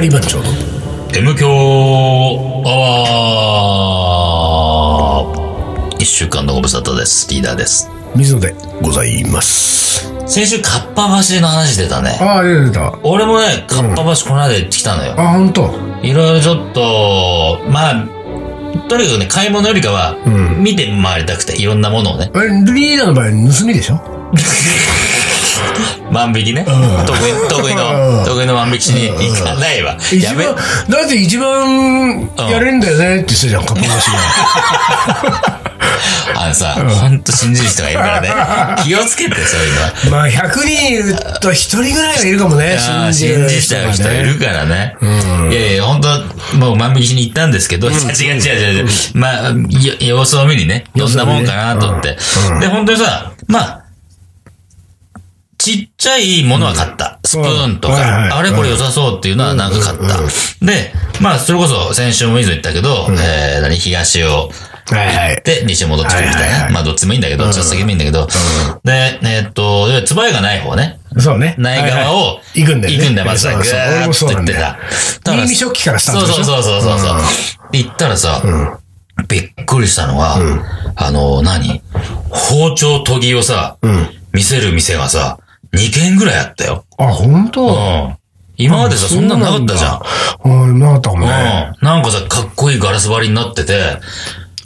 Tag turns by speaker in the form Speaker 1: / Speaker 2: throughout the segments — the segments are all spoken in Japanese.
Speaker 1: リー番長の
Speaker 2: M 強アワー一週間のご無沙汰です。リーダーです。
Speaker 1: 水野でございます。
Speaker 2: 先週、かっぱ橋の話出たね。
Speaker 1: ああ、出た出た。
Speaker 2: 俺もね、かっぱ橋この間行ってきたのよ。
Speaker 1: あ、ほんと。
Speaker 2: いろいろちょっと、まあ、とにかくね、買い物よりかは、
Speaker 1: ん
Speaker 2: 見て回りたくて、いろんなものをね、
Speaker 1: え、リーダーの場合、盗みでしょ
Speaker 2: 万引きね、
Speaker 1: ん
Speaker 2: 得意、得意
Speaker 1: う
Speaker 2: の、
Speaker 1: ん
Speaker 2: 得意の万引きしに行かないわ。
Speaker 1: 一
Speaker 2: や
Speaker 1: 番、
Speaker 2: め、
Speaker 1: だって一番やれんだよねって言ってたじゃん、かっぱ橋が。
Speaker 2: あのさ、ほんと信じる人がいるからね、気をつけて、そういうの
Speaker 1: ま
Speaker 2: は。
Speaker 1: あ、100人いると1人ぐらいはいるかもね、
Speaker 2: あー
Speaker 1: 信
Speaker 2: 信じ
Speaker 1: じ
Speaker 2: ち
Speaker 1: て
Speaker 2: ゃ
Speaker 1: る
Speaker 2: う
Speaker 1: 人
Speaker 2: 人
Speaker 1: が
Speaker 2: い
Speaker 1: ね。
Speaker 2: るからね。いやいや、本当もう万引きしに行ったんですけど、違う違う違う違う。まあ、よ様子を見にね、どんなもんかなと思って。で、本当にさ、まあ、ちっちゃいものは買った。スプーンと
Speaker 1: うんはいはい
Speaker 2: か、あれこれ良さそうっていうのはなんか買った。で、まあ、それこそ先週も以上言ったけど、えー何、東を
Speaker 1: はいはい。
Speaker 2: で、西戻ってくるみた
Speaker 1: はいいはいは
Speaker 2: な。
Speaker 1: い
Speaker 2: まあ、どっちもいいんだけど、ちょっと先もいいんだけど。で、えーっと、つばやがない方ね。
Speaker 1: そうね。
Speaker 2: ない側
Speaker 1: はい
Speaker 2: を、
Speaker 1: 行くんだよね
Speaker 2: 行くんだよ、まず
Speaker 1: そうそう俺
Speaker 2: は。
Speaker 1: もそう
Speaker 2: 行
Speaker 1: な
Speaker 2: っ
Speaker 1: ん
Speaker 2: て
Speaker 1: だよ
Speaker 2: た。
Speaker 1: はい。耳食器からスター
Speaker 2: そう
Speaker 1: トでし
Speaker 2: そう
Speaker 1: ょ
Speaker 2: そうそうそうそう。行ったらさ、びっくりしたのは、あの、何包丁研ぎをさ、見せる店がさ、2軒ぐらいあったよ。
Speaker 1: あ、ほん
Speaker 2: う
Speaker 1: と
Speaker 2: ん。今までさ、そんなのなかったじゃん。
Speaker 1: ん。うん、なかったかも
Speaker 2: うん
Speaker 1: ね。。
Speaker 2: なんかさ、かっこいいガラス張りになってて、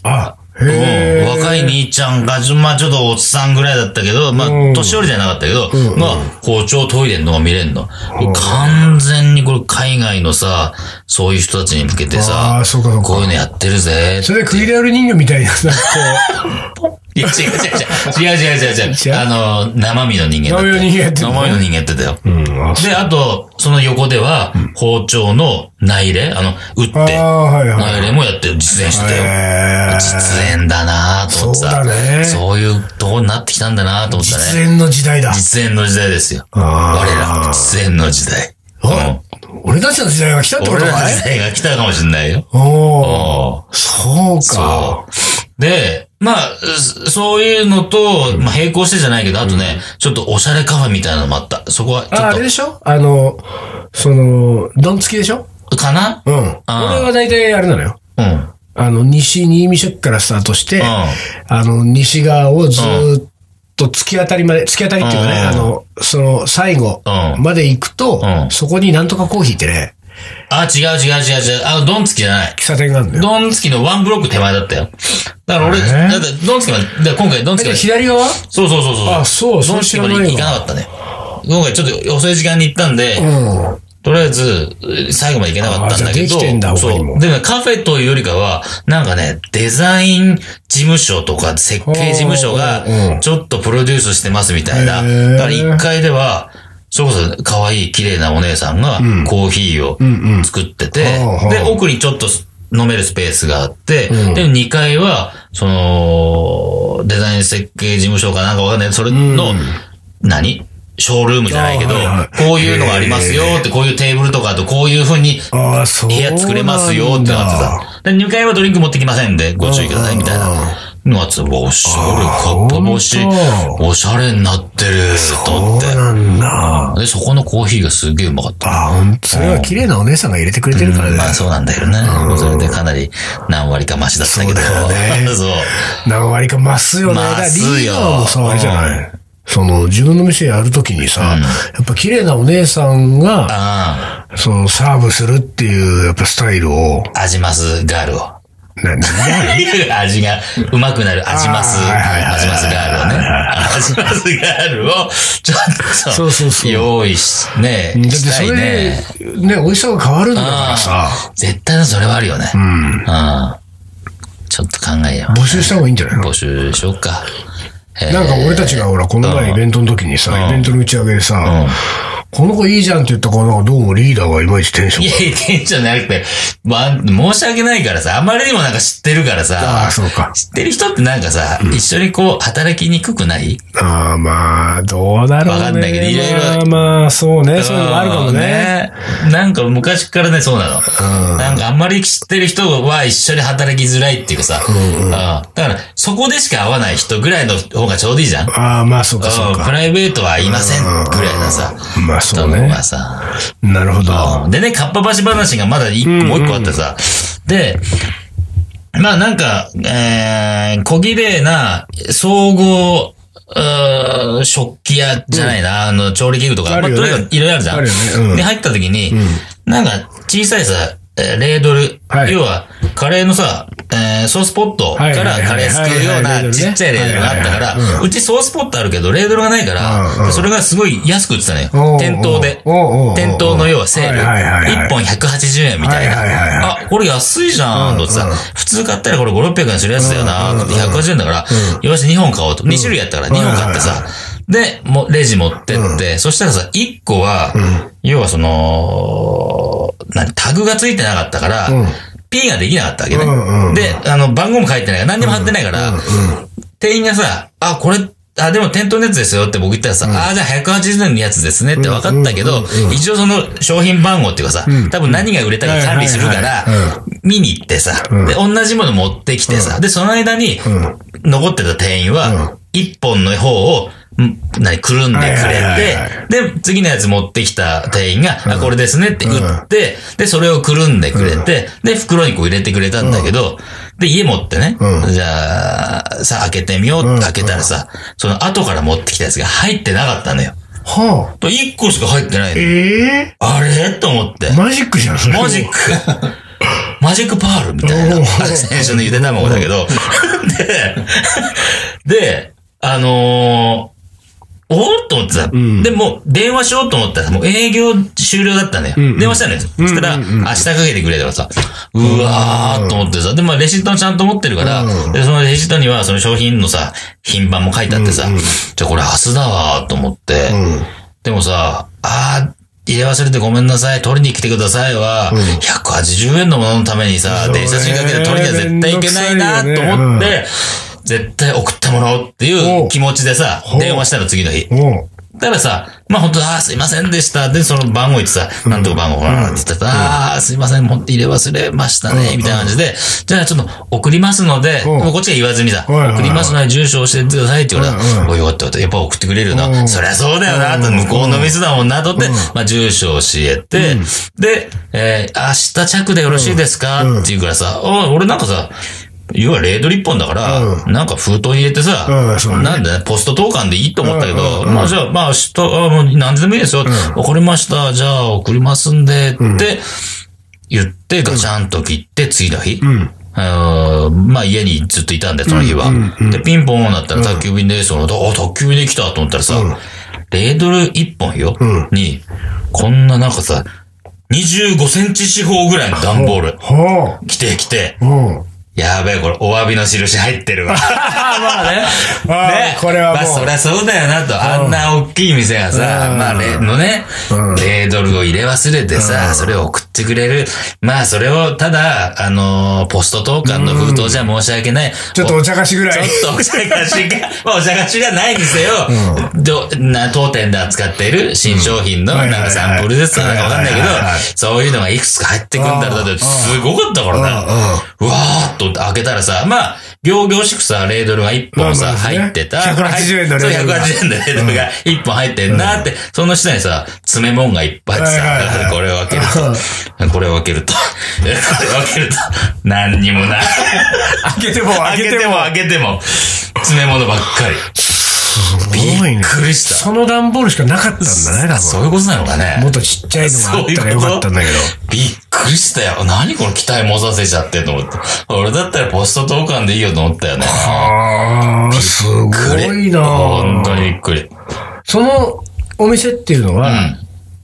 Speaker 1: あ、
Speaker 2: う
Speaker 1: へ
Speaker 2: ん、
Speaker 1: え。
Speaker 2: 若い兄ちゃんが、まあちょっとおっさんぐらいだったけど、ま
Speaker 1: う
Speaker 2: あ
Speaker 1: ん
Speaker 2: 年寄りじゃなかったけど、
Speaker 1: ん
Speaker 2: まあ包丁研いでんのが見れんの。完全にこれ海外のさ、そういう人たちに向けて
Speaker 1: あ
Speaker 2: さ
Speaker 1: ーそうかそう、か
Speaker 2: こういうのやってるぜ。
Speaker 1: それでクリレオル人形みたいな、なんかこう。
Speaker 2: いや違う違う違う。違う違う違う違
Speaker 1: 違
Speaker 2: う。
Speaker 1: う
Speaker 2: あの、生身の人間だったよ。
Speaker 1: 生身の人間やってんの
Speaker 2: 生身の人間やってたよ。
Speaker 1: うん、あ、
Speaker 2: で、あと、その横では、包丁の内礼、あの、打って、
Speaker 1: ああ、はいはい。
Speaker 2: 内礼もやってる、実演してたよ。
Speaker 1: へー
Speaker 2: 実演だなぁと思ってさ
Speaker 1: そうだね
Speaker 2: そういうとこになってきたんだなぁと思って
Speaker 1: 実
Speaker 2: ね。
Speaker 1: 演の時代だ。
Speaker 2: 実演の時代ですよ。我
Speaker 1: あー
Speaker 2: ら、実演の時代。
Speaker 1: あ俺たちの時代が来たっ
Speaker 2: うん
Speaker 1: てこと
Speaker 2: 俺らの
Speaker 1: かい
Speaker 2: 時代が来たかもしれないよ。
Speaker 1: おお、
Speaker 2: お
Speaker 1: そうか。
Speaker 2: そう。で、まあ、そそういうのと、まあ、並行してじゃないけど、あとね、ちょっとおしゃれカフェみたいなのもあった。そこは、ち
Speaker 1: あ、あれ
Speaker 2: ょ
Speaker 1: で
Speaker 2: っ
Speaker 1: しょあの、その、ドン付きでしょ
Speaker 2: と、かな
Speaker 1: うん。俺は大体あれなのよ。
Speaker 2: うん。
Speaker 1: あの、西、新見市からスタートして、
Speaker 2: ん
Speaker 1: あの、西側をずーっと突き当たりまで、突き当たりっていうかね、
Speaker 2: うん
Speaker 1: あの、その、最後
Speaker 2: うん
Speaker 1: まで行くと、
Speaker 2: うん
Speaker 1: そこになんとかコーヒーってね、
Speaker 2: あ、違う違う違う違う。あ、ドンつきじゃない。
Speaker 1: 喫茶店があるんだよ。
Speaker 2: ドンつきのワンブロック手前だったよ。だから俺、
Speaker 1: えー
Speaker 2: だって、ドンつきまで、だから今回ドンつき
Speaker 1: で
Speaker 2: まで
Speaker 1: 左側
Speaker 2: そうそうそうそう。
Speaker 1: あそうそう
Speaker 2: ドンキ
Speaker 1: 知ら
Speaker 2: ま
Speaker 1: ない
Speaker 2: で
Speaker 1: わ
Speaker 2: 行かなかったね。今回ちょっと遅い時間に行ったんで、
Speaker 1: うん。
Speaker 2: とりあえず、え最後まで行けなかったん
Speaker 1: あじ
Speaker 2: だけ
Speaker 1: ゃ
Speaker 2: ど。
Speaker 1: あできてんだ他に
Speaker 2: そ
Speaker 1: も
Speaker 2: う。でもカフェというよりかは、なんかね、デザイン事務所とか設計事務所
Speaker 1: うんう
Speaker 2: が、
Speaker 1: ん
Speaker 2: ちょっとプロデュースしてますみたいな。
Speaker 1: へー
Speaker 2: だから1階では、それこそ可愛い綺麗なお姉さんがコーヒーを作ってて、
Speaker 1: うんうん
Speaker 2: で、奥にちょっと飲めるスペースがあって、で、2階は、その、デザイン設計事務所かなんかわかんない。それの、何ショールームじゃないけど、
Speaker 1: はいはい
Speaker 2: こういうのがありますよって、こういうテーブルとか、あとこういう風に
Speaker 1: ああ、そう
Speaker 2: 部
Speaker 1: なんだ。
Speaker 2: 屋作れますよってなってた。で、2階はドリンク持ってきませんで、ご注意くださいみたいな。のがあってたおしゃれ、かっぱ
Speaker 1: ほん
Speaker 2: 橋、おしゃれになってる、と思って
Speaker 1: そう。なんだ。
Speaker 2: で、そこのコーヒーがすげえうまかった。
Speaker 1: あ、ほんとそれは綺麗なお姉さんが入れてくれてるから
Speaker 2: うん
Speaker 1: ね。
Speaker 2: まあそうなんだけどね。それでかなり何割かマシだったけど。
Speaker 1: そうだよね
Speaker 2: そう
Speaker 1: 何割か増すよね。
Speaker 2: 増すよ
Speaker 1: だからリーダーもさ、あれじゃない。その、自分の店やるときにさ、
Speaker 2: うん
Speaker 1: やっぱ綺麗なお姉さんが、
Speaker 2: あ
Speaker 1: その、サーブするっていう、やっぱスタイルを、
Speaker 2: あ、味ますガールを。
Speaker 1: な、な、
Speaker 2: 味がうまくなる味ます、
Speaker 1: あーはいはいはい
Speaker 2: 味ますガールをね。味ますガールを、ちょっ
Speaker 1: そうそうそ
Speaker 2: と、
Speaker 1: う
Speaker 2: 用意し、ね、
Speaker 1: だって
Speaker 2: した
Speaker 1: そ
Speaker 2: い
Speaker 1: れでね、
Speaker 2: ね。、
Speaker 1: 美味しさが変わるんだからさ、
Speaker 2: あー絶対それはあるよね。うん。ちょっと考えよ。
Speaker 1: 募集した方がいいんじゃないうの
Speaker 2: 募集しようか。えー
Speaker 1: なんか俺たちがほら、この前イベントの時にさ、イベントの打ち上げでさ、この子いいじゃんって言った子はなんかどうもリーダーがいまいちテンション
Speaker 2: いや、店長じゃなくて、まあ、申し訳ないからさ、あまりにもなんか知ってるから
Speaker 1: が。ああ、
Speaker 2: さ、
Speaker 1: そうか。
Speaker 2: 知ってる人ってなんかさ、一緒にこう、働きにくくない
Speaker 1: ああ、まあ、どうだろうね。
Speaker 2: わかんないけどいろいろ
Speaker 1: まあまあ、そうね。そういうのもあるかもね。
Speaker 2: うん。なんか昔からね、そうなの。なんかあんまり知ってる人は一緒に働きづらいっていうかさ。うんだから、そこでしか会わない人ぐらいの方がちょうどいいじゃん。うん
Speaker 1: ああ、まあ、そうか、そう
Speaker 2: プ
Speaker 1: か。
Speaker 2: ライベートは言いませんぐらいのさ。
Speaker 1: まあ、あ
Speaker 2: ったのがさ。
Speaker 1: なるほど。
Speaker 2: うんでね、かっぱ橋話がまだ一個、もう一個あってさ。で、まあなんか、えー、小綺麗な、総合、うー食器屋じゃないな、あの、調理器具とか、
Speaker 1: あ
Speaker 2: まあ、
Speaker 1: るよ
Speaker 2: と
Speaker 1: ね
Speaker 2: にかくいろいろあるじゃん。
Speaker 1: あるよねうん
Speaker 2: で、入った時に、なんか、小さいさ、えーレードル、
Speaker 1: はい
Speaker 2: 要は、カレーのさ、えーソースポットか
Speaker 1: はいはい
Speaker 2: ら
Speaker 1: はい
Speaker 2: カレーすくうよう
Speaker 1: はいはいはい
Speaker 2: なちっちゃいレードルがあったか
Speaker 1: はいはいはい
Speaker 2: ら、うちソースポットあるけど、レードルがないか
Speaker 1: うんうん
Speaker 2: ら、それがすごい安く売ってたの
Speaker 1: おうおう
Speaker 2: よ。店頭で
Speaker 1: おうおうおう。
Speaker 2: 店頭の要はセール。
Speaker 1: はいはいはいはい
Speaker 2: 1本180円みたい
Speaker 1: はいはいはいは
Speaker 2: な。あ、これ安いじゃん、とさ、普通買ったらこれ5、600円するやつだよな、と思って180円だから、よし、2本買おうと。2種類やったから2本買ってさ。で、もうレジ持ってって、そしたらさ、1個は、要はその、何タグがついてなかったから、P ができなかったわけね
Speaker 1: うんうん。
Speaker 2: で、あの、番号も書いてないから、何にも貼ってないから、店員がさ、あ、これ、あ、でも店頭のやつですよって僕言ったらさ、あ、じゃあ180円のやつですねって分かったけど、一応その商品番号っていうかさ、多分何が売れたか管理するか
Speaker 1: は
Speaker 2: ら
Speaker 1: いはいはい、
Speaker 2: 見に行ってさ、で、同じもの持ってきてさ、で、その間に、残ってた店員は、一本の方を、ん何、くるんでくれ
Speaker 1: はいはいはい
Speaker 2: て
Speaker 1: はい、
Speaker 2: で、次のやつ持ってきた店員が、あ、これですねって言って、で、それをくるんでくれて、で、袋にこう入れてくれたんだけど、で、家持ってね、
Speaker 1: うん
Speaker 2: じゃあ、さ、開けてみようって開けたらさ、その後から持ってきたやつが入ってなかったのよ。
Speaker 1: はあ。
Speaker 2: と1個しか入ってないの。
Speaker 1: ええ
Speaker 2: あれと思って。
Speaker 1: マジックじゃん、それ
Speaker 2: マジック。マジックパールみたい
Speaker 1: お
Speaker 2: な。
Speaker 1: ー
Speaker 2: 最初のゆで卵だ けど。で、で、あのー、おーっと思ってさ、
Speaker 1: ん
Speaker 2: でも、電話しようと思ったらさ、もう営業終了だったんだよ。電話したんだよ。そしたら、明日かけてくれとかさ、うわーっと思ってさ、で、まあ、レシートもちゃんと持ってるから、で、そのレシートには、その商品のさ、品番も書いてあってさ、じゃあこれ明日だわーと思って、でもさ、あー、入れ忘れてごめんなさい、取りに来てくださいは、180円のもののためにさ、
Speaker 1: そうね
Speaker 2: 電車賃かけて取りには絶対いけないなと思って、絶対送ってもらおうってい
Speaker 1: おう
Speaker 2: う気持ちでさ
Speaker 1: ほう、
Speaker 2: 電話したの次の日。
Speaker 1: おう
Speaker 2: だからさ、まあ本当ああ、すいませんでした。で、その番号言ってさ、なんとか番号かなって言ったらさ、ああ、すいません、持って入れ忘れましたね、みたいな感じで、じゃあちょっと送りますので、
Speaker 1: うん
Speaker 2: もうこっちが言わずにさ、
Speaker 1: はいはいはい
Speaker 2: 送りますので住所教えてくださいって言われた
Speaker 1: うん
Speaker 2: ら、おいよかったよかったやっぱ送ってくれるよ
Speaker 1: うん
Speaker 2: な。そりゃそうだよな、と向こうのミスだもんな、とって、まあ住所教えて、で、えー明日着でよろしいですかって言うからさ、ああ、俺なんかさ、要はレードリッポンだから、なんか封筒に入れてさ、
Speaker 1: うんそうね
Speaker 2: なんで、ポスト投函でいいと思ったけ
Speaker 1: うん
Speaker 2: ど、まあじゃあ、まあ明日、あもう何時でもいいですよ。わかりました。じゃあ送りますんで、って言って、ガチャンと切って、次の日。あーまあ家にずっといたんで、その日は。で、ピンポンなったら宅急便で、その、あ、宅急便で来たと思ったらさ、レードル1本よ、に、こんななんかさ、25センチ四方ぐらいの段ボー ル、
Speaker 1: は
Speaker 2: 来て来て、
Speaker 1: あ。うん。
Speaker 2: やべえ、これ、お詫びの印入ってるわ。まあね。
Speaker 1: あーこれはもう
Speaker 2: まあ、そりゃそうだよなと。あんな大きい店がさ
Speaker 1: う、ん
Speaker 2: まあ、レのね、レードルを入れ忘れてさ、それを送ってくれる。まあ、それを、ただ、あのー、ポスト投函の封筒じゃ申し訳ない。
Speaker 1: ちょっとお茶菓子ぐらい。
Speaker 2: ちょっとお茶菓子が、 まあお茶菓子がないにせよ、どな当店で扱っている新商品の
Speaker 1: うん
Speaker 2: なんかサンプルですとかなんかわかんないけど
Speaker 1: はいはいはいはい、
Speaker 2: そういうのがいくつか入ってくんだろうなって、すごかったからな。うわーっと開けたらさ、まあ、行々しくさ、レードルが1本さ、
Speaker 1: まあまあね
Speaker 2: 入ってた。
Speaker 1: 180円のレードルが
Speaker 2: はいそう、180円のレードルが1本入ってんなって、その下にさ、詰め物がいっぱいあって
Speaker 1: はいはいはい
Speaker 2: さ、これを開ける と、これを開けると、これを開けると、何にもない。
Speaker 1: 開けても
Speaker 2: 開け ても開けても、詰め物ばっかり。
Speaker 1: すごい
Speaker 2: びっ
Speaker 1: ね。
Speaker 2: くりした。
Speaker 1: その段ボールしかなかったんだね、多
Speaker 2: そ
Speaker 1: 分。
Speaker 2: ういうことなのかね。
Speaker 1: もっとちっちゃいのがあったらよかったんだけど。
Speaker 2: びっくりしたよ。何この期待持たせちゃってと思って。俺だったらポスト投函でいいよと思ったよね。
Speaker 1: ああ、すごいな
Speaker 2: 本当にびっくり。
Speaker 1: そのお店っていうの
Speaker 2: う
Speaker 1: は、
Speaker 2: ん。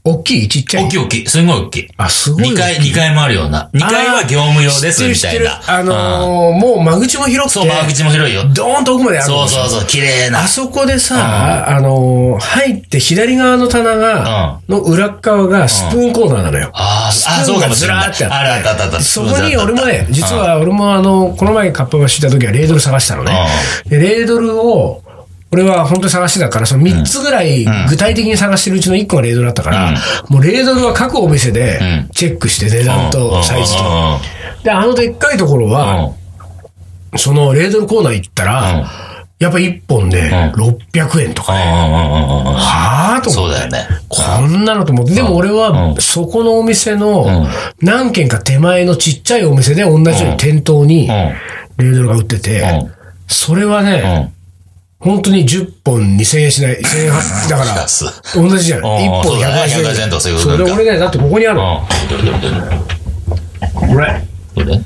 Speaker 1: 大きいちっちゃ
Speaker 2: 大
Speaker 1: い
Speaker 2: きい大きい。すごい大きい。
Speaker 1: あ、すごい。
Speaker 2: 2階、二階もあるような。2階は業務用ですみたいな。
Speaker 1: あ
Speaker 2: うん
Speaker 1: のー、もう間口も広く
Speaker 2: そう、
Speaker 1: て、
Speaker 2: 間口も広いよ。
Speaker 1: ドーンと奥まである
Speaker 2: そうそうそう、綺麗な
Speaker 1: あ。そこでさ、あのー、入って左側の棚が、の裏っ側がスプーンコーナーなのよ。
Speaker 2: あーあ、
Speaker 1: スプ
Speaker 2: そ
Speaker 1: ーン
Speaker 2: うか
Speaker 1: が
Speaker 2: もし
Speaker 1: ず
Speaker 2: れ
Speaker 1: ら
Speaker 2: ない。
Speaker 1: ーって
Speaker 2: あるあ
Speaker 1: あ
Speaker 2: っ
Speaker 1: った
Speaker 2: あったあった
Speaker 1: て。そこに俺もね、実
Speaker 2: うん
Speaker 1: は俺もあの、この前かっぱ橋行った時はレードル探してたのね。で、レードルを、俺は本当に探してたから、その3つぐらい具体的に探してるうちの1個がレードルだったから、もうレードルは各お店で
Speaker 2: うん
Speaker 1: チェックして値段
Speaker 2: うん
Speaker 1: とサイズと。で、あのでっかいところ
Speaker 2: うんうん
Speaker 1: は、そのレードルコーナー行った
Speaker 2: うん
Speaker 1: ら、やっぱ1本で600円とかね。
Speaker 2: うんうんうんうんうん。
Speaker 1: はあと
Speaker 2: そ
Speaker 1: 思
Speaker 2: う
Speaker 1: って
Speaker 2: だよね。
Speaker 1: こんなのと思って。でも俺は
Speaker 2: う、ん
Speaker 1: そこのお店
Speaker 2: う
Speaker 1: の
Speaker 2: ん、
Speaker 1: 何軒か手前のちっちゃいお店で同じように店頭に
Speaker 2: うん。
Speaker 1: レードルが売ってて
Speaker 2: うん、
Speaker 1: それはね、
Speaker 2: うん。
Speaker 1: 本当に10本2000円しない、1000円は、 だ
Speaker 2: し
Speaker 1: から
Speaker 2: か、す。
Speaker 1: 同じじゃん。1
Speaker 2: うん
Speaker 1: 本
Speaker 2: そうだね
Speaker 1: 180
Speaker 2: 180円とかそういうこ
Speaker 1: そ
Speaker 2: と
Speaker 1: れ
Speaker 2: か
Speaker 1: 俺ね、だってここにあ
Speaker 2: う
Speaker 1: るの。
Speaker 2: ん。どれどれどれどれ
Speaker 1: これ。
Speaker 2: どれ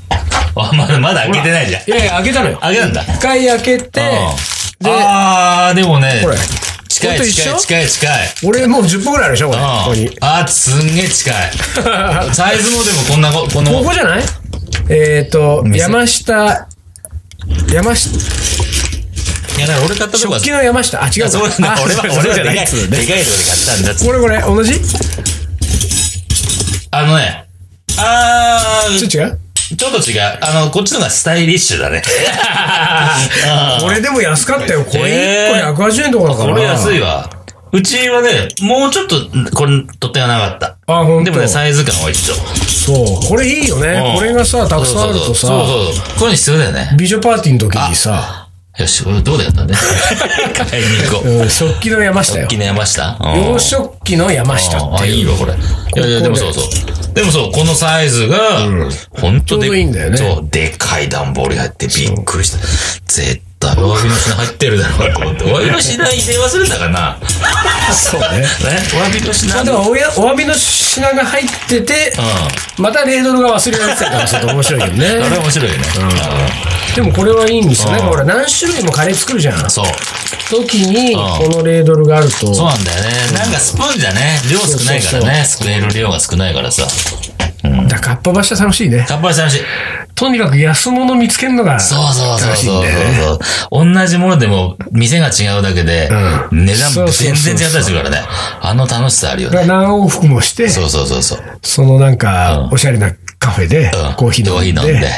Speaker 2: あ、まだ、まだ開けてないじゃん
Speaker 1: い。やいや、開けたのよ。
Speaker 2: 開けたんだ。
Speaker 1: 一回開けて、
Speaker 2: うん
Speaker 1: で
Speaker 2: ああ、でもね
Speaker 1: これ、
Speaker 2: 近
Speaker 1: ほん
Speaker 2: い
Speaker 1: と一
Speaker 2: 近
Speaker 1: 緒
Speaker 2: い近い近い。
Speaker 1: 俺もう10本ぐらいあるでしょ、これ。
Speaker 2: うん
Speaker 1: ここに。
Speaker 2: あー、すんげえ近い。サイズもでもこんなこ、この
Speaker 1: こ、こじゃないえっ、と、
Speaker 2: 店
Speaker 1: 山下、山下、
Speaker 2: いや、だから俺買ったとこは、
Speaker 1: 食器の山下。あ、違う
Speaker 2: いや
Speaker 1: か。
Speaker 2: そうなんだ
Speaker 1: あ
Speaker 2: 俺は、
Speaker 1: そう
Speaker 2: 俺は
Speaker 1: じゃ
Speaker 2: でか、
Speaker 1: ないい
Speaker 2: でかいとこで買ったんだっつ
Speaker 1: これこれ、同じち
Speaker 2: あのね、あー、
Speaker 1: ょっと違う
Speaker 2: ちょっと違う。あの、こっちの方がスタイリッシュだね。
Speaker 1: これでも安かったよ。これ
Speaker 2: えー
Speaker 1: 1個180円とかだから。
Speaker 2: これ安いわ。うちはね、もうちょっと、これ、取っ手がなかった。
Speaker 1: あ、ほん
Speaker 2: で
Speaker 1: と
Speaker 2: も。ね、サイズ感は一緒。
Speaker 1: そう。これいいよね
Speaker 2: う。ん
Speaker 1: これがさ、たくさんあると
Speaker 2: そう
Speaker 1: さ、
Speaker 2: そうそうそうそう。こういうの必要だよね。
Speaker 1: 美女パーティーの時にさ、
Speaker 2: よし、俺どうだっ たね。買いに行こう。
Speaker 1: うん食器の山下よ
Speaker 2: 大。きな山下
Speaker 1: 洋食器の山下
Speaker 2: あ
Speaker 1: って
Speaker 2: あ、い
Speaker 1: い。
Speaker 2: いうわ、これ。いやいや、でもそうそう。でもそう、このサイズが、ほんと
Speaker 1: ちょうどいいんだよね
Speaker 2: そう、でかい段ボールが入ってびっくりした。絶対、お詫びの品入ってるだろうと思って。お詫びの品電話するんだからな。ね、
Speaker 1: そう ね。
Speaker 2: お詫びの品。
Speaker 1: まあでもおや、お詫びの品が入ってて、
Speaker 2: う
Speaker 1: またレードルが忘れられてたからちょっと面白いけどね。
Speaker 2: ん。あれ面白いね。
Speaker 1: でもこれはいいんですよね。ほら、何種類もカレー作るじゃん。
Speaker 2: そう。
Speaker 1: 時に、
Speaker 2: う
Speaker 1: このレードルがあると。
Speaker 2: そうなんだよね。なんかスプーンじゃね、量少ないからね。すくえる量が少ないからさ。
Speaker 1: だから、かっぱ橋は楽しいね。
Speaker 2: かっぱりさんしい。
Speaker 1: とにかく安物見つけるのが楽
Speaker 2: そうそうそう
Speaker 1: しいん
Speaker 2: そう
Speaker 1: だよね。
Speaker 2: そうそう。同じものでも、店が違うだけで、
Speaker 1: うん
Speaker 2: 値段
Speaker 1: そう
Speaker 2: も
Speaker 1: そうそ
Speaker 2: 全
Speaker 1: う
Speaker 2: 然違ったりするからね。あの楽しさあるよ
Speaker 1: だか
Speaker 2: ね。
Speaker 1: ら何往復もして、
Speaker 2: そうそうそうそう。
Speaker 1: そのなんか
Speaker 2: う、ん
Speaker 1: おしゃれなカフェで
Speaker 2: うん、
Speaker 1: コーヒー飲ん
Speaker 2: コーヒー飲
Speaker 1: で
Speaker 2: んで、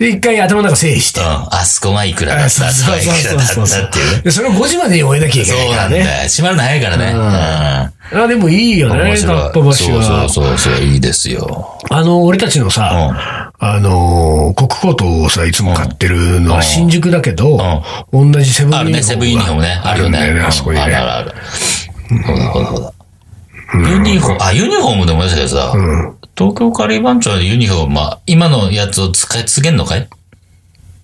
Speaker 1: で、一回頭の中整理して
Speaker 2: うん。。あそこがいくらだった、あそこ
Speaker 1: そう
Speaker 2: がい
Speaker 1: そ
Speaker 2: く
Speaker 1: う
Speaker 2: らだ
Speaker 1: そう
Speaker 2: った
Speaker 1: そう
Speaker 2: っていうね。
Speaker 1: で、それを5時までに終えなきゃいけ
Speaker 2: そ
Speaker 1: ないうか
Speaker 2: な
Speaker 1: ら
Speaker 2: んだよ
Speaker 1: ね。。
Speaker 2: 閉まるの早いからね。
Speaker 1: あ、でもいいよ
Speaker 2: うん。
Speaker 1: ね、
Speaker 2: 面
Speaker 1: か
Speaker 2: 白
Speaker 1: っぱ
Speaker 2: い。
Speaker 1: 橋
Speaker 2: そう
Speaker 1: は。
Speaker 2: そうそう、そういいですよ。
Speaker 1: あの、俺たちのさ、あのー、国コートをさ、いつも買ってるのは新宿だけど、同じセブン
Speaker 2: ある
Speaker 1: ユニフォーム
Speaker 2: ね、セブンユニフォームね。あ
Speaker 1: あ
Speaker 2: る
Speaker 1: る
Speaker 2: よ
Speaker 1: ん
Speaker 2: ね。
Speaker 1: だよね、
Speaker 2: うん
Speaker 1: あそこに
Speaker 2: あるあ
Speaker 1: ね。
Speaker 2: るある。ほらほらほら。ユニフォーム、あ、ユニフォームでもいいですけどさ、東京カリー番長のユニフォーム、まあ、今のやつを使い続けんのかい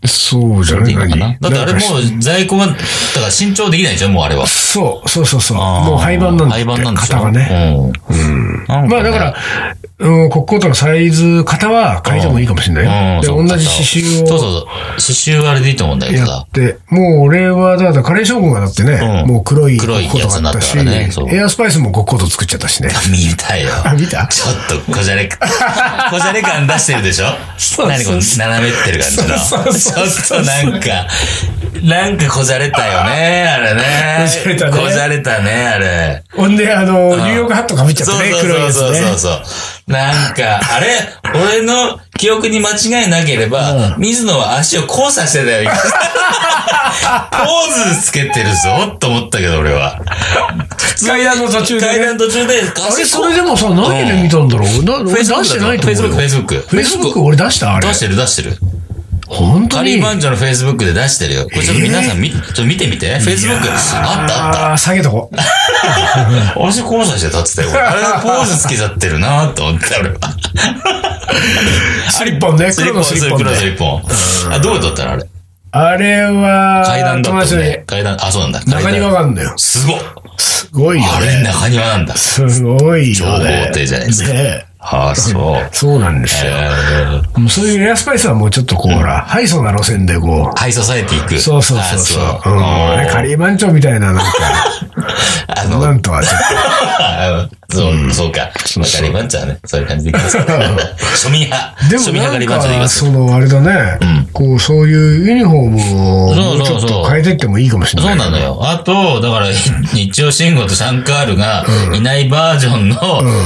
Speaker 1: そうじゃない
Speaker 2: いいのかな
Speaker 1: 何
Speaker 2: だってあれも
Speaker 1: なんか
Speaker 2: う在庫が、だから新調できないでしょもうあれは。
Speaker 1: そう、そうそうそう。もう廃盤なんだって。
Speaker 2: 廃盤なんでしょ
Speaker 1: 型がね。
Speaker 2: うん。ま
Speaker 1: まあだから、うん、国コートのサイズ、型は変えてもいいかもしれないよ。で、同じ刺繍
Speaker 2: そう
Speaker 1: を
Speaker 2: そうそう。刺繍はあれでいいと思うんだけど
Speaker 1: や
Speaker 2: さ
Speaker 1: っ。て、もう俺は、だからカレー将軍がだってね、
Speaker 2: うん
Speaker 1: もう黒い国
Speaker 2: 黒い
Speaker 1: コートがあったし、
Speaker 2: やつになったからねそう
Speaker 1: エアスパイスも国コート作っちゃった しね。
Speaker 2: 見たよ。
Speaker 1: あ見た
Speaker 2: ちょっ とこじゃれ、こじゃれ感出してるでしょ
Speaker 1: そう
Speaker 2: 何この斜めってる感じの。
Speaker 1: そうそうそう
Speaker 2: ちょっとなんか、なんかこじゃれたよね、あれ
Speaker 1: こ
Speaker 2: ね。
Speaker 1: じゃれたね
Speaker 2: こじゃれたね、あれ。
Speaker 1: ほんで、あの、ニューヨークハットかぶっちゃっ
Speaker 2: そ
Speaker 1: て
Speaker 2: う
Speaker 1: ね、
Speaker 2: そう
Speaker 1: 黒い
Speaker 2: そ
Speaker 1: やつ
Speaker 2: うそう
Speaker 1: ね
Speaker 2: そ。うそう。なんか、あれ、俺の記憶に間違いなければ、水野は足を交差してた よ、今ポーズつけてるぞ、と思ったけど、俺は。
Speaker 1: 階段の途中でね
Speaker 2: 階段途中で、あ
Speaker 1: あれ、それでもさ、何で見たんだろうな俺出してないと
Speaker 2: フェイスブ
Speaker 1: 思
Speaker 2: ッ
Speaker 1: う
Speaker 2: ク、フェイ
Speaker 1: よ。フェイス
Speaker 2: スブック。
Speaker 1: ブック俺出したあれ
Speaker 2: 出。してる、出してる。
Speaker 1: 本当
Speaker 2: カリ
Speaker 1: に
Speaker 2: ー。バンジョのフェイスブックで出してるよ。これちょっと皆さん、み、ちょっと見てみて。フェイスブック。あったあった。
Speaker 1: ああ、下げとこ。
Speaker 2: 足交差して立ってたよ。俺あれポーズつけちゃってるなと思って、俺は。
Speaker 1: スリッポンね。
Speaker 2: スリ
Speaker 1: 黒の
Speaker 2: ッポン、
Speaker 1: ス
Speaker 2: ス
Speaker 1: リ
Speaker 2: リ
Speaker 1: ッ
Speaker 2: ッ
Speaker 1: ポ
Speaker 2: ポ
Speaker 1: ン
Speaker 2: ン、黒のス
Speaker 1: ね。
Speaker 2: リッポン。あ、どうだったのあれ。
Speaker 1: あれは、
Speaker 2: 階段だ
Speaker 1: 友
Speaker 2: った
Speaker 1: 達
Speaker 2: も
Speaker 1: の
Speaker 2: んね
Speaker 1: ね。
Speaker 2: 階段、あ、そうなんだ。
Speaker 1: 中庭があるんだよ。
Speaker 2: すごっ
Speaker 1: すごいよ
Speaker 2: あれ
Speaker 1: ね。
Speaker 2: 中庭なんだ。
Speaker 1: すごい
Speaker 2: 超
Speaker 1: よね
Speaker 2: 豪。邸じゃないですか。
Speaker 1: ね
Speaker 2: あ、そう。
Speaker 1: そうなんですよ。
Speaker 2: えー
Speaker 1: もうそういうエアスパイスはもうちょっとこう、ほら、ハイソな路線でこう。
Speaker 2: ハイソサエティ行く。
Speaker 1: そうそうそうそう。
Speaker 2: あ
Speaker 1: うん
Speaker 2: あ
Speaker 1: あれ、カリーマンチョみたいな、なんか、
Speaker 2: あの、
Speaker 1: なんとはちょっと。
Speaker 2: あそう、そうか。まあ、ガリバンチャーね。そういう感じでいき ます。庶民派。
Speaker 1: で
Speaker 2: 庶民
Speaker 1: も
Speaker 2: 派ガ
Speaker 1: なん
Speaker 2: リバンチャーでいき
Speaker 1: か、
Speaker 2: ます。
Speaker 1: そのあれだね、こう、そういうユニフォームを
Speaker 2: そう
Speaker 1: もうち
Speaker 2: そ
Speaker 1: ょ
Speaker 2: う
Speaker 1: っ
Speaker 2: そう
Speaker 1: と変えていってもいいかもしれ
Speaker 2: そ
Speaker 1: な
Speaker 2: う
Speaker 1: い。
Speaker 2: なのよ。あと、だから、い日曜慎吾とシャンカールがいないバージョンの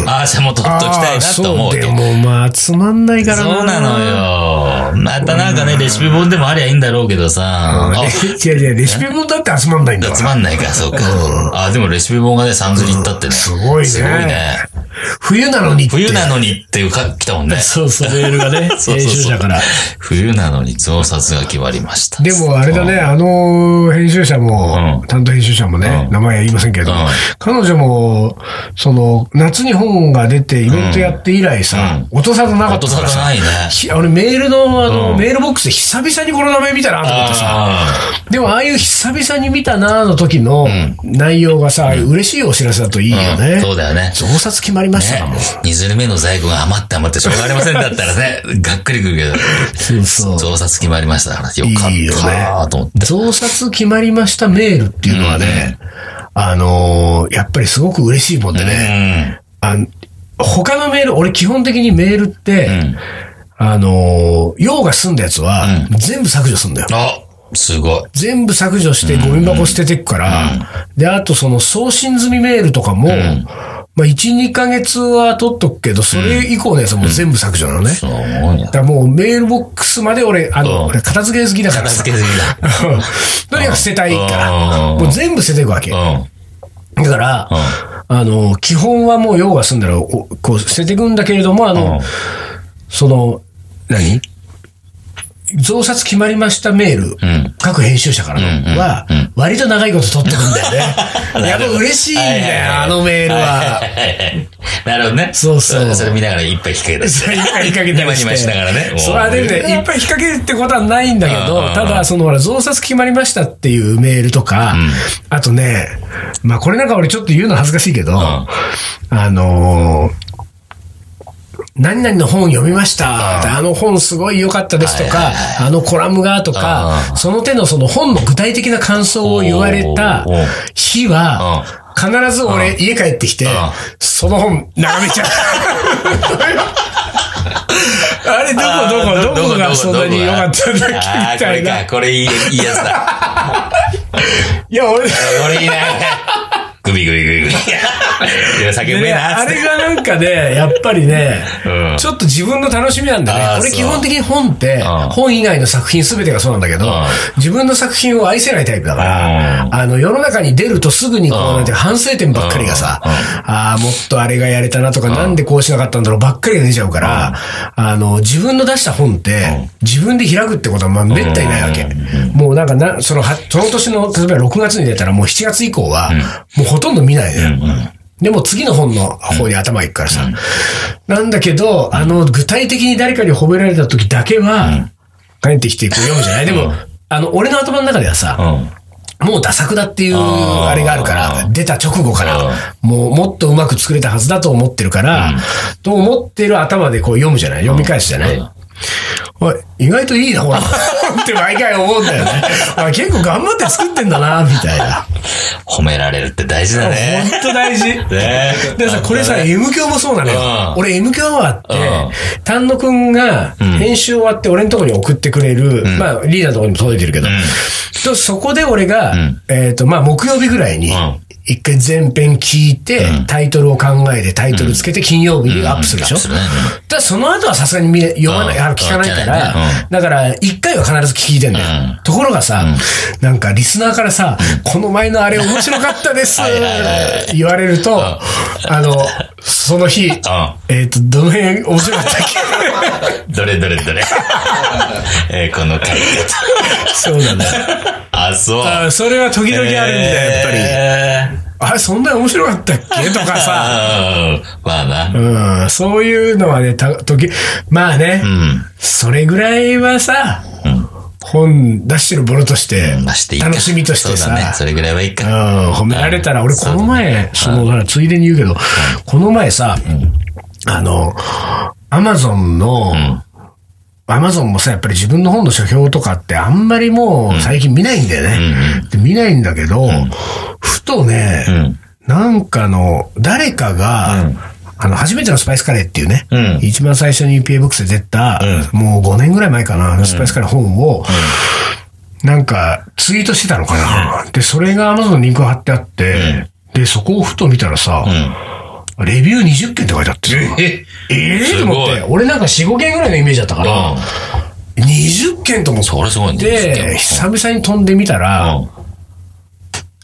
Speaker 2: アーシャも取っときたいなと思
Speaker 1: あー
Speaker 2: う
Speaker 1: そう
Speaker 2: け
Speaker 1: で
Speaker 2: ど。
Speaker 1: もまあ、つまんないからな。
Speaker 2: そうなのよ。またなんかね、レシピ本でもありゃいいんだろうけどさ。あ、
Speaker 1: いやいや、レシピ本だって集まんないんだか
Speaker 2: つ
Speaker 1: ら。
Speaker 2: まんないか、そうか。あ、でもレシピ本がね、サンズに行ったってね。
Speaker 1: すごいね
Speaker 2: すごいね。
Speaker 1: 冬なのにって。
Speaker 2: 冬なのにっていうか、来たもんね。
Speaker 1: そうそう、メールがね、
Speaker 2: そう
Speaker 1: 編
Speaker 2: そう
Speaker 1: 集
Speaker 2: そう
Speaker 1: 者から。
Speaker 2: 冬なのに増刷が決まりました。
Speaker 1: でもあれだね、あの編集者も、
Speaker 2: うん
Speaker 1: 担当編集者もね、
Speaker 2: うん
Speaker 1: 名前は言いませんけど、
Speaker 2: うん
Speaker 1: 彼女も、その、夏に本が出てイベントやって以来さ、落とさずなか
Speaker 2: 落
Speaker 1: った
Speaker 2: と
Speaker 1: か
Speaker 2: さ
Speaker 1: ら
Speaker 2: が
Speaker 1: さ、
Speaker 2: ないね。
Speaker 1: ひ俺メールの、あの、
Speaker 2: うん
Speaker 1: メールボックスで久々にこの名前見たなと思ってさ、
Speaker 2: あ
Speaker 1: でもああいう久々に見たなの時の内容がさ、ああいう嬉しいお知らせだといいよ
Speaker 2: あ、
Speaker 1: ね。
Speaker 2: うんそうだよね。
Speaker 1: 増刷決まりましたかも。
Speaker 2: 二ずる目の在庫が余って余ってしょうがありませんだったらね、がっくりくるけど。
Speaker 1: そうそう
Speaker 2: 増刷決まりましたから、よか
Speaker 1: いいよ
Speaker 2: ったな
Speaker 1: ね
Speaker 2: ぁと思って。
Speaker 1: 増刷決まりましたメールっていうのはね、あのーやっぱりすごく嬉しいもんでね、あの他のメール、俺基本的にメールって、
Speaker 2: うん。
Speaker 1: あのー用が済んだやつは、全部削除すんだよ。
Speaker 2: あ、すごい。
Speaker 1: 全部削除してゴミ箱捨ててくから、で、あとその送信済みメールとかも、まあ、1、2ヶ月は取っとくけど、それ以降のやつはもう全部削除なのね。
Speaker 2: そう思うよ
Speaker 1: だ。からもうメールボックスまで俺、あ
Speaker 2: うん
Speaker 1: の、俺片付け好きだから
Speaker 2: 片
Speaker 1: さ
Speaker 2: 付けすぎだ。
Speaker 1: とにかく捨てたいから、
Speaker 2: うん
Speaker 1: もう全部捨てていくわけ。だ
Speaker 2: うん。
Speaker 1: から、あの、基本はもう用が済んだら、おこう捨てていくんだけれども、あ
Speaker 2: う
Speaker 1: の
Speaker 2: ん、
Speaker 1: その、何増刷決まりましたメール、
Speaker 2: ん
Speaker 1: 各編集者からのは、割と長いこと取ってくんだよね。やっぱ嬉しいんだよ、あのメールは。
Speaker 2: なるほどね。
Speaker 1: そうそう
Speaker 2: それ見ながらいっぱい引っ掛けた り
Speaker 1: それいっぱい引っ掛けたり して。
Speaker 2: ニマニマしながらね。
Speaker 1: それはでもね、いっぱい引っ掛けるってことはないんだけ
Speaker 2: うんうん
Speaker 1: ど
Speaker 2: うん、
Speaker 1: ただ、そのほら、増刷決まりましたっていうメールとか、あとね、まあこれなんか俺ちょっと言うの恥ずかしいけど、あのー、何々の本読みました。あの本すごい良かったですと
Speaker 2: は
Speaker 1: か
Speaker 2: いはい、
Speaker 1: あのコラムがとか、その手のその本の具体的な感想を言われた
Speaker 2: おーおー
Speaker 1: 日は、必ず俺家帰ってきて
Speaker 2: ん、
Speaker 1: その本眺めちゃう。あれ、どこ、どこ、どこがそんなに良かったんだっけみ
Speaker 2: あーこ
Speaker 1: たい
Speaker 2: れ
Speaker 1: な。
Speaker 2: か、これいいいいやつだ。
Speaker 1: いや、俺、
Speaker 2: これいいな。グビグビグビグビ。いや、酒うめえ
Speaker 1: ね、
Speaker 2: な。
Speaker 1: あ
Speaker 2: つって
Speaker 1: れがなんかね、やっぱりね、
Speaker 2: うん
Speaker 1: ちょっと自分の楽しみなん
Speaker 2: あ
Speaker 1: だ
Speaker 2: ー
Speaker 1: ね。俺
Speaker 2: そう
Speaker 1: 基本的に本って、
Speaker 2: ん
Speaker 1: 本以外の作品全てがそうなんだけど
Speaker 2: ん、
Speaker 1: 自分の作品を愛せないタイプだから、あの、世の中に出るとすぐにこう
Speaker 2: うん
Speaker 1: なんて反省点ばっかりがさ、ああ、もっとあれがやれたなとか、なんでこうしなかったんだろうばっかりが出ちゃうから、あの、自分の出した本って、自分で開くってことはまあめったにないわけ。もうなんかな、その、はその年の、例えば6月に出たらもう7月以降は、もうほとんど見ないね。でも次の本の方に頭いくからさ。なんだけど、あの、具体的に誰かに褒められた時だけは、帰ってきてこう読むじゃないでも、あの、俺の頭の中ではさ、
Speaker 2: うん。
Speaker 1: もうダサ作だっていう
Speaker 2: あー
Speaker 1: あれがあるから、出た直後から、もうもっとうまく作れたはずだと思ってるから、と思ってる頭でこう読むじゃない読み返すじゃない、おい、意外といいな、ほら。 って毎回思うんだよね。おい結構頑張って作ってんだな、みたいな。
Speaker 2: 褒められるって大事だね。
Speaker 1: 本当大事。
Speaker 2: ね
Speaker 1: でさ、これさ、M 教もそうなのよ。
Speaker 2: うん
Speaker 1: 俺 M 教はあって、丹野くんが編集終わって俺のとこに送ってくれる、まあリーダーのとこにも届いてるけど、とそこで俺が、えっと、まあ木曜日ぐらいに
Speaker 2: ん、
Speaker 1: 一回前編聞いて、タイトルを考えて、タイトルつけて金曜日にアップするでしょ、
Speaker 2: うんアップするね
Speaker 1: ただその後はさすがに見れ読まない、
Speaker 2: うん
Speaker 1: あの聞かないから
Speaker 2: うん聞かないねうん、
Speaker 1: だから、一回は必ず聞いてんだよ。ところがさ、なんかリスナーからさ、この前のあれ面白かったです
Speaker 2: はいはいはいは
Speaker 1: 言われると、あの、その日、えっと、どの辺面白かったっ
Speaker 2: どれどれどれ。えーこの回
Speaker 1: け そうなんだよ。
Speaker 2: あ、そう。
Speaker 1: あそれは時々あるんだよ、やっぱり。
Speaker 2: やっぱ
Speaker 1: あれ、そんなに面白かったっけとか さ、
Speaker 2: まあな。
Speaker 1: うん、そういうのはね、た時、まあね、
Speaker 2: うん。
Speaker 1: それぐらいはさ、本出してるものとして
Speaker 2: まあしてい、いか。
Speaker 1: 楽しみとして
Speaker 2: そうだね
Speaker 1: さ。、
Speaker 2: それぐらいはいいか。
Speaker 1: うん、褒められたら、俺この前、その、ほらついでに言うけど、この前さ、あの、アマゾンの、アマゾンもさ、やっぱり自分の本の書評とかってあんまりもう最近見ないんだよね。で見ないんだけど、ふとね、
Speaker 2: ん
Speaker 1: なんかの、誰かが、あの、初めてのスパイスカレーっていうね、
Speaker 2: うん
Speaker 1: 一番最初に PA ブックスで出た、もう5年ぐらい前かな、あのスパイスカレー本を、なんか、ツイートしてたのかな。で、それが Amazon のリンクが貼ってあって、で、そこをふと見たらさ、レビュー20件って書いてあってさ、
Speaker 2: え
Speaker 1: ええと思っ
Speaker 2: す
Speaker 1: て、
Speaker 2: ご
Speaker 1: 俺なんか4、5件ぐらいのイメージだったから、
Speaker 2: う
Speaker 1: 20件と思って。
Speaker 2: それすごいね20件
Speaker 1: で、久々に飛んでみたら、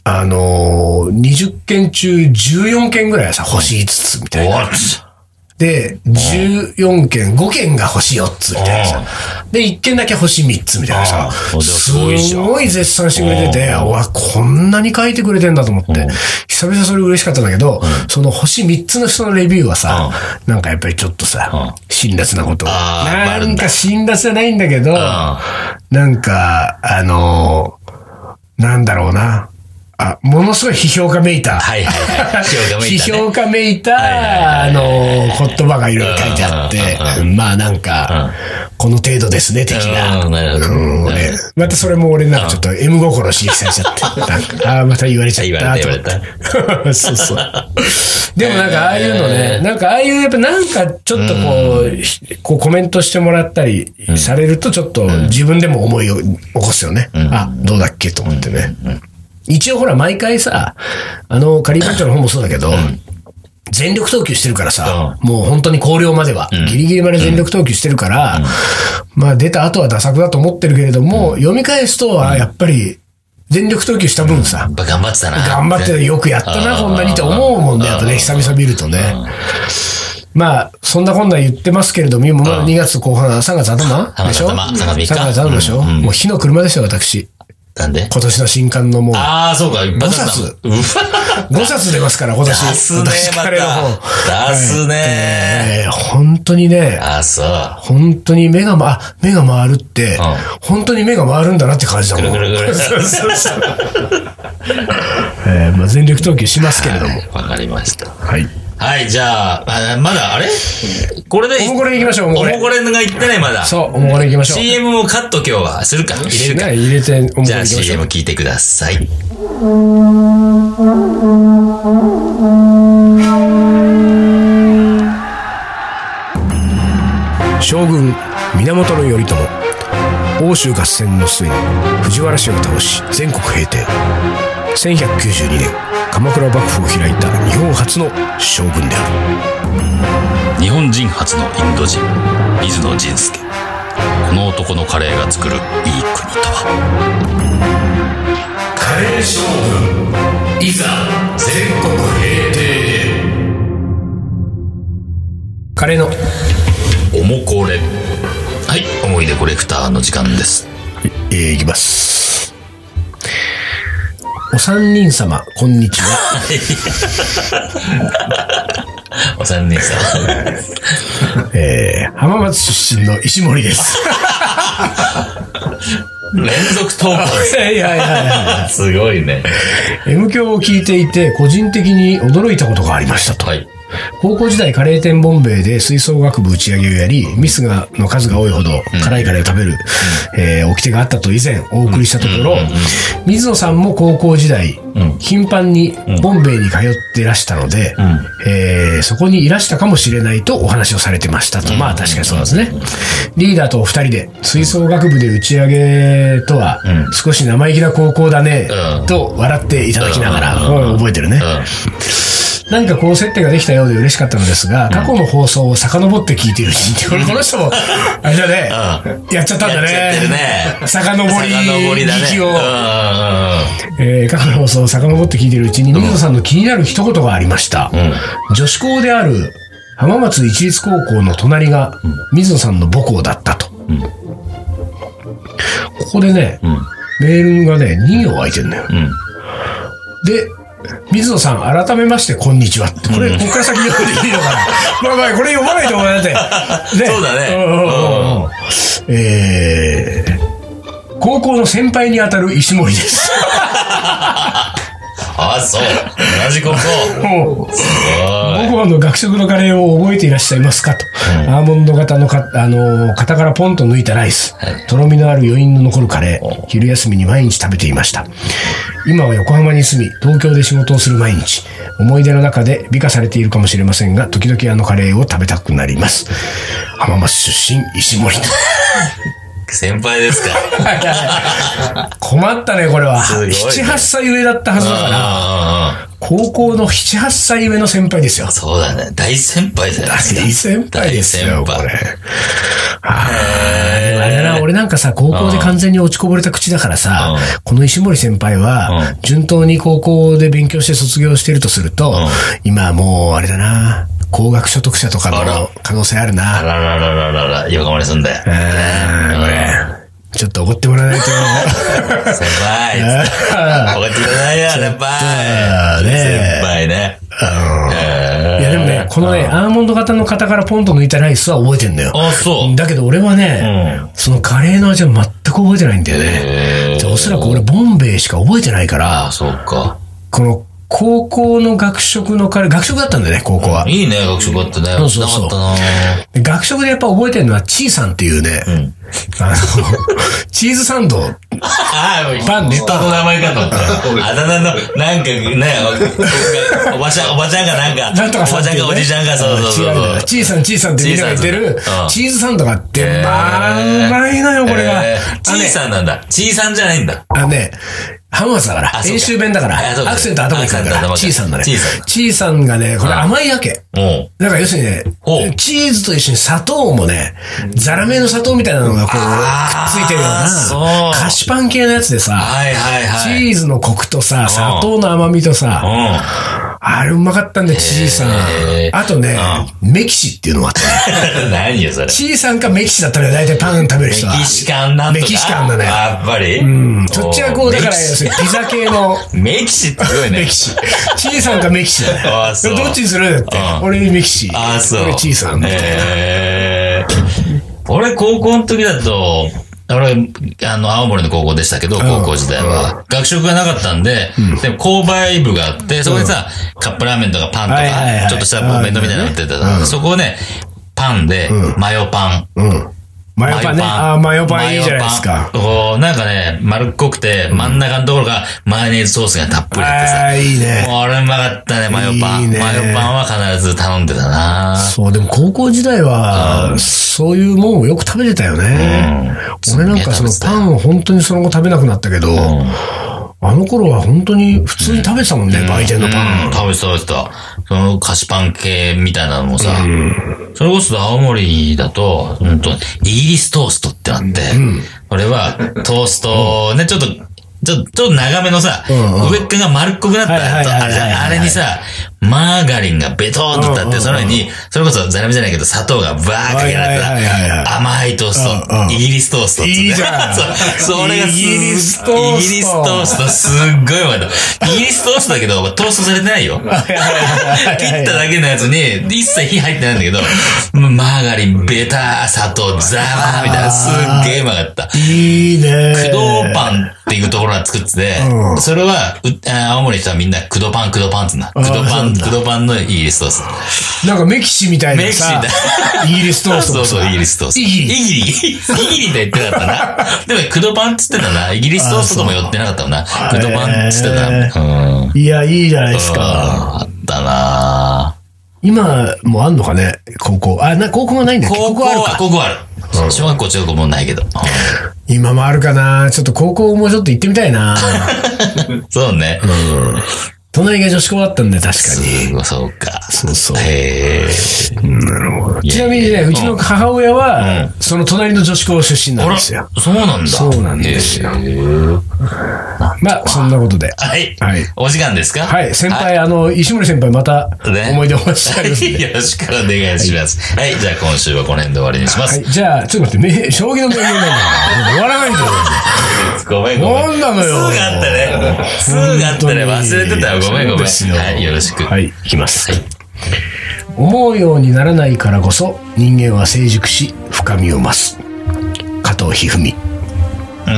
Speaker 1: あのー、20件中14件ぐらいはさ、欲しい5つみたいな。
Speaker 2: おっつ
Speaker 1: で、14件、5件が星4つみたいなさ。で、1件だけ星3つみたいなさ
Speaker 2: う。ん
Speaker 1: す
Speaker 2: すごいじゃん
Speaker 1: ごい絶賛してくれてて、
Speaker 2: うん
Speaker 1: うわ、こんなに書いてくれてんだと思って、久々それ嬉しかったんだけど、その星3つの人のレビューはさ、なんかやっぱりちょっとさ、辛辣なことを。
Speaker 2: あーやっぱあ
Speaker 1: な
Speaker 2: るん
Speaker 1: ん
Speaker 2: だ
Speaker 1: か辛辣じゃないんだけど、なんか、あのーなんだろうな。あ、ものすごい批評家めいた。
Speaker 2: はいはいはい。塩がめい
Speaker 1: 批
Speaker 2: たね
Speaker 1: 評家めいた、あ
Speaker 2: はいはいはい
Speaker 1: の、言葉がいろいろ書いてあって、まあなんか、この程度ですね、的な。
Speaker 2: うんなるほ
Speaker 1: う
Speaker 2: ど
Speaker 1: ん俺またそれも俺なんかちょっと M 心刺激されちゃ って、なんかああ、また言われちゃったと思って。
Speaker 2: 言わ
Speaker 1: そうそう。 でもなんかああいうのね、なんかああいうやっぱなんかちょっとこう、ひこうコメントしてもらったりされるとちょっと自分でも思いを起こすよね。あ、どうだっけと思ってね。一応ほら毎回さ、あの、カリー番長の本もそうだけど、全力投球してるからさ、もう本当に高量までは、ギリギリまで全力投球してるから、まあ出た後は打作だと思ってるけれども、読み返すとはやっぱり全力投球した分さ、
Speaker 2: やっぱ頑張ってたな。
Speaker 1: 頑張ってるよくやったな、こんなにって思うもんね、やっぱね、久々見るとね。まあ、そんなこんな言ってますけれども、今まだ2月後半、3月頭でしょ
Speaker 2: 3月頭3
Speaker 1: ?3
Speaker 2: 月
Speaker 1: 月頭でしょ
Speaker 2: うんうん
Speaker 1: もう火の車ですよ、私。
Speaker 2: なんで
Speaker 1: 今年の新刊のもう、
Speaker 2: ああ、そうか、一発だ
Speaker 1: 五冊
Speaker 2: うわ
Speaker 1: 5冊出ますから、今
Speaker 2: 出
Speaker 1: 年。
Speaker 2: すね
Speaker 1: 私、
Speaker 2: ま
Speaker 1: 彼の本。
Speaker 2: た。出すね
Speaker 1: えー本当にね、
Speaker 2: ああ、そう。
Speaker 1: 本当に目が、ま、あ目が回るって
Speaker 2: うん、
Speaker 1: 本当に目が回るんだなって感じだ
Speaker 2: ぐ
Speaker 1: も
Speaker 2: る
Speaker 1: ん
Speaker 2: ぐ。るぐる。
Speaker 1: えーまあ全力投球しますけれども。
Speaker 2: わかりました。
Speaker 1: はい。
Speaker 2: はい、じゃあ、あまだ、あれこれで、
Speaker 1: おもこれ行きましょう、おも
Speaker 2: お
Speaker 1: これ
Speaker 2: も。これが言ってない、まだ。
Speaker 1: そう、おもこれ行きましょう。
Speaker 2: CM もカット今日はするか入れるか。
Speaker 1: ね入れて、おもこ
Speaker 2: じ
Speaker 1: れ
Speaker 2: ゃあ
Speaker 1: 行きましょう。
Speaker 2: CM 聞いてください。
Speaker 1: 将軍源頼朝欧州合戦の末に藤原氏を倒し全国平定1192年鎌倉幕府を開いた日本初の将軍である
Speaker 2: 日本人初のインド人水野仁介この男のカレーが作るいい国とは
Speaker 1: カレー将軍いざ全国平定カレーの
Speaker 2: おもこれはい思い出コレクターの時間です
Speaker 1: えー、いきますお三人様こんにちは
Speaker 2: お三人さん
Speaker 1: えー、浜松出身の石森です
Speaker 2: 連続投稿
Speaker 1: いやいやいやいや
Speaker 2: すごいね
Speaker 1: M 響を聞いていて、個人的に驚いたことがありましたと。
Speaker 2: はい
Speaker 1: 高校時代、カレー店ボンベイで吹奏楽部打ち上げをやり、ミスが、の数が多いほど、辛いカレーを食べる、えー、掟があったと以前お送りしたところ、水野さんも高校時代、頻繁にボンベイに通っていらしたので、えーそこにいらしたかもしれないとお話をされてましたと。まあ確かにそうですね。リーダーとお二人で、吹奏楽部で打ち上げとは、少し生意気な高校だね、
Speaker 2: うん
Speaker 1: と笑っていただきながら、
Speaker 2: うん
Speaker 1: うん覚えてるね。
Speaker 2: う
Speaker 1: 何かこう接点ができたようで嬉しかったのですが、過去の放送を遡って聞いてるし、この人も、あれだね、やっちゃったん
Speaker 2: んや
Speaker 1: だ
Speaker 2: っちゃってる
Speaker 1: ね。
Speaker 2: ね
Speaker 1: 遡り
Speaker 2: 遡りだね
Speaker 1: 劇を
Speaker 2: う
Speaker 1: えー過去の放送を遡って聞いてるうちに、水野さんの気になる一言がありました。女子校である浜松一律高校の隣が水野さんの母校だったと。ここでね、メールがね、2行空いてるのよ。
Speaker 2: んうんうん
Speaker 1: で、水野さん、改めまして、こんにちはって。これ、ここから先読んでいいのか なまあまあ、これ読まないと思うよだって。ね
Speaker 2: そうだね
Speaker 1: んうんうんうんえー高校の先輩にあたる石森です。
Speaker 2: ああそう 同じこと
Speaker 1: もう
Speaker 2: お
Speaker 1: 母校の学食のカレーを覚えていらっしゃいますかと。アーモンド型のか、あのー型からポンと抜いたライス。とろみのある余韻の残るカレー。昼休みに毎日食べていました。今は横浜に住み、東京で仕事をする毎日。思い出の中で美化されているかもしれませんが、時々あのカレーを食べたくなります。浜松出身、石 森。
Speaker 2: い先輩ですか
Speaker 1: 困ったね、これは。
Speaker 2: ごいね
Speaker 1: 七八歳上だったはずだから。
Speaker 2: あ
Speaker 1: 高校の7、8歳上の先輩ですよ。
Speaker 2: そうだね。大先輩じゃないですか。
Speaker 1: 大先輩ですよ、
Speaker 2: 大先
Speaker 1: これ
Speaker 2: 輩。。
Speaker 1: あーでもあれだな、俺なんかさ、高校で完全に落ちこぼれた口だからさ
Speaker 2: う、
Speaker 1: この石森先輩は
Speaker 2: う、
Speaker 1: 順当に高校で勉強して卒業してるとすると、今はもう、あれだな、高額所得者とか
Speaker 2: あら
Speaker 1: の可能性ある
Speaker 2: あ
Speaker 1: な。
Speaker 2: らららららら、横盛りすんだよ。
Speaker 1: ちょっと怒ってもらわない と。
Speaker 2: 先輩怒ってくださいよ、先輩
Speaker 1: ね
Speaker 2: 先輩ね。
Speaker 1: いやでもね、このね、アーモンド型の型からポンと抜いたライスは覚えてんだよ。
Speaker 2: あ、そう。
Speaker 1: だけど俺はね、そのカレーの味は全く覚えてないんだよ
Speaker 2: へ
Speaker 1: ね。
Speaker 2: ー
Speaker 1: でおそらく俺、ボンベイしか覚えてないから
Speaker 2: あ、、そうか。
Speaker 1: この高校の学食のカレー、学食だったんだよね、高校は。
Speaker 2: いいね、学食あってね。
Speaker 1: そうそうそう
Speaker 2: なかっ
Speaker 1: で学食でやっぱ覚えてるのは、チーさんっていうね、
Speaker 2: たなうん。
Speaker 1: あの、チーズサンド。
Speaker 2: ああ、
Speaker 1: パンね
Speaker 2: の名前かと 思った。あだ名の、なんかね、おばちゃん、おばちゃんがなんか、
Speaker 1: なんとか
Speaker 2: おば
Speaker 1: さんっ
Speaker 2: ち
Speaker 1: て
Speaker 2: ゃん
Speaker 1: いうね
Speaker 2: かおじちゃんが、そうそうそう
Speaker 1: 違んだよ。チーさん、チーさんってみんなが言ってる
Speaker 2: チーさんうん、
Speaker 1: チーズサンドがあって、
Speaker 2: へー
Speaker 1: まあ、うまいのよ、これが。
Speaker 2: えー
Speaker 1: あの
Speaker 2: ちい
Speaker 1: ね
Speaker 2: さんなんだ。ちいさんじゃないんだ。
Speaker 1: あのね、浜松だから
Speaker 2: あ、そうか
Speaker 1: 編集弁だから
Speaker 2: あそう、か
Speaker 1: アクセント頭にかるか
Speaker 2: ア
Speaker 1: ら、
Speaker 2: ク
Speaker 1: チ
Speaker 2: セ
Speaker 1: ー
Speaker 2: ン
Speaker 1: さん
Speaker 2: ト
Speaker 1: だ
Speaker 2: 頭
Speaker 1: ね
Speaker 2: に来るから。
Speaker 1: チーさんがね、これ甘いわけ。
Speaker 2: も
Speaker 1: だから要するに
Speaker 2: ほ
Speaker 1: ね
Speaker 2: う、
Speaker 1: チーズと一緒に砂糖もね、ザラメの砂糖みたいなのがこう、くっ
Speaker 2: あ
Speaker 1: つ
Speaker 2: ー
Speaker 1: いてるよう
Speaker 2: そう
Speaker 1: な、菓子パン系のやつで
Speaker 2: う。
Speaker 1: さ、
Speaker 2: はいはい
Speaker 1: チ
Speaker 2: はい。
Speaker 1: ーズのコクとさ、砂糖の甘みとさ、あれうまかったんだよ、チーさん
Speaker 2: へ。ー
Speaker 1: あとね、メキシっていうのがあってね。
Speaker 2: うん。 何よ、それ。
Speaker 1: チーさんかメキシだったら大体パン食べる人は
Speaker 2: メ。キシカンなんとか。
Speaker 1: メキシカンだね
Speaker 2: やっぱり。
Speaker 1: うんそっちはこう、だから、
Speaker 2: メキ
Speaker 1: 要
Speaker 2: シ
Speaker 1: するにピザ系の。
Speaker 2: メキシって すごい
Speaker 1: メ
Speaker 2: ね
Speaker 1: キ。シ。チーさんかメキシだ
Speaker 2: あ
Speaker 1: ね。
Speaker 2: ーそう
Speaker 1: どっちにするだって
Speaker 2: う。ん
Speaker 1: 俺メキシ。
Speaker 2: ああ、そう。
Speaker 1: 俺チーさん。
Speaker 2: えー俺、高校の時だと、俺、あの、青森の高校でしたけど、高校時代は。学食がなかったんで、でも、購買部があって、そこでさ、カップラーメンとかパンと
Speaker 1: はいはいは
Speaker 2: か
Speaker 1: い、
Speaker 2: ちょっとしたお弁当みたいなの売ってたからそこをね、パンで、マヨパン。
Speaker 1: うん。マヨパンね。あーマヨパンいいじゃないですか。。
Speaker 2: マヨパンこう、なんかね、丸っこくて、真ん中のところがマヨネーズソースがたっぷりあってさ。
Speaker 1: ああー、いいね。
Speaker 2: もう俺うまかったね、マヨパン。
Speaker 1: いいね
Speaker 2: マヨパンは必ず頼んでたな
Speaker 1: そう、でも高校時代は、そういうもんをよく食べてたよね。俺なんかそのパンを本当にその後食べなくなったけど、あの頃は本当に普通に食べてたもんね、売店のパン。
Speaker 2: うん、食べてた食べてた。その菓子パン系みたいなのもさ、それこそ青森だと、うんと、イギリストーストってあって、俺はトーストをね、ちょっと、ちょっと、ちょっと長めのさ、
Speaker 1: うんうん
Speaker 2: 上っ側が丸っこくなった
Speaker 1: はいはいはいはいはい
Speaker 2: あれにさ、マーガリンがベトーンと立って、その上に、それこそザラメじゃないけど砂糖がバーかけら
Speaker 1: はいは
Speaker 2: れ
Speaker 1: いはいはい
Speaker 2: た甘いトースト、
Speaker 1: うんうん
Speaker 2: イギリストーストっつって
Speaker 1: いいじゃん
Speaker 2: そうそれがす
Speaker 1: イギリストースト
Speaker 2: イギリストーストすっごいうまいと。イギリストーストだけど、トーストされてないよ。切っただけのやつに、一切火入ってないんだけど、マーガリン、ベター、砂糖、ザーみたいな、すっげえうまかった。
Speaker 1: いいね。
Speaker 2: 駆動パンっていうところが作ってて、
Speaker 1: うん
Speaker 2: それは、うあ青森の人はみんな、駆動パン、駆動パンって言うんだ。駆動パン、駆動パンのイギリストースト。
Speaker 1: なんかメキシみたいなさ
Speaker 2: メキシ、
Speaker 1: イギリストースト
Speaker 2: そ
Speaker 1: も
Speaker 2: う
Speaker 1: さ
Speaker 2: そう、イギリストースト。
Speaker 1: イギリ
Speaker 2: イギリイギリって言ってなかったな。 でも、クドパンって言ってたな。イギリストーストとも寄ってなかったもんな。クドパンって言ってたな。うん。
Speaker 1: いや、いいじゃないですか。
Speaker 2: あったな
Speaker 1: 今もあんのかね高校。あ、な、高校がないんだっけ高
Speaker 2: 高校
Speaker 1: 校ある
Speaker 2: は
Speaker 1: か。
Speaker 2: 高校ある。小学校、中学校もうないけど。
Speaker 1: 今もあるかなちょっと高校もうちょっと行ってみたい な
Speaker 2: そうね。
Speaker 1: 隣が女子校だったんで、確かに。
Speaker 2: そうそうか。
Speaker 1: そうそう
Speaker 2: へえ。
Speaker 1: ちなみにね、うちの母親は、その隣の女子校出身な
Speaker 2: あ
Speaker 1: ん
Speaker 2: ら、
Speaker 1: ですよ。
Speaker 2: そうなんだ。
Speaker 1: そうなんですよ
Speaker 2: へー
Speaker 1: まあ、そんなことで。
Speaker 2: はい。
Speaker 1: はい
Speaker 2: お時間ですか
Speaker 1: はい、先輩、あの、石森先輩また
Speaker 2: ね
Speaker 1: 思い出お待ちしておりますんで。
Speaker 2: よろしくお願いします。はい、じゃあ今週はこの辺で終わりにしま
Speaker 1: は
Speaker 2: す。
Speaker 1: い、じゃあ、ちょっと待って、め将棋の名言なんだから。終わらないと。
Speaker 2: ごめんごめん。
Speaker 1: なんなのよ
Speaker 2: すぐあったね。すぐ あったね。忘れてたわ。ごめんご
Speaker 1: そう
Speaker 2: めん。
Speaker 1: ですよ
Speaker 2: はい、よろしく。
Speaker 1: はい、いきます。
Speaker 2: はい
Speaker 1: 思うようにならないからこそ、人間は成熟し、深みを増す。加藤一二
Speaker 2: うー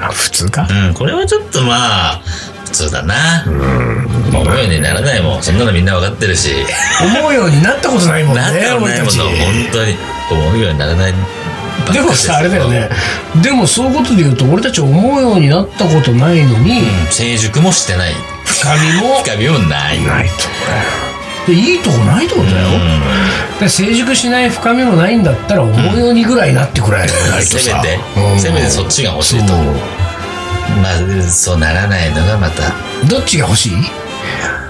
Speaker 1: 三。普通 か
Speaker 2: ん。うん、これはちょっとまあ、普通だな。まあ思うようにならないもん。そんなのみんな分かってる し。
Speaker 1: 思うようになったことないもんね
Speaker 2: なった、ことない
Speaker 1: 俺
Speaker 2: も
Speaker 1: た
Speaker 2: の、
Speaker 1: ち。
Speaker 2: 本当に。思うようにならないばっかりす。
Speaker 1: でもさ、あれだよね。でもそういうことで言うと、俺たち思うようになったことないのに、
Speaker 2: うん。成熟もしてない。
Speaker 1: 深みも
Speaker 2: 深みもない。
Speaker 1: ないと。で、いいとこないとこだよ。で成熟しない深みもないんだったら、思うようにぐらいなってくらいないと
Speaker 2: せめ
Speaker 1: さ。
Speaker 2: て
Speaker 1: うん、
Speaker 2: せめてそっちが欲しいと
Speaker 1: そう
Speaker 2: まあ、そうならないのがまた。
Speaker 1: どっちが欲しい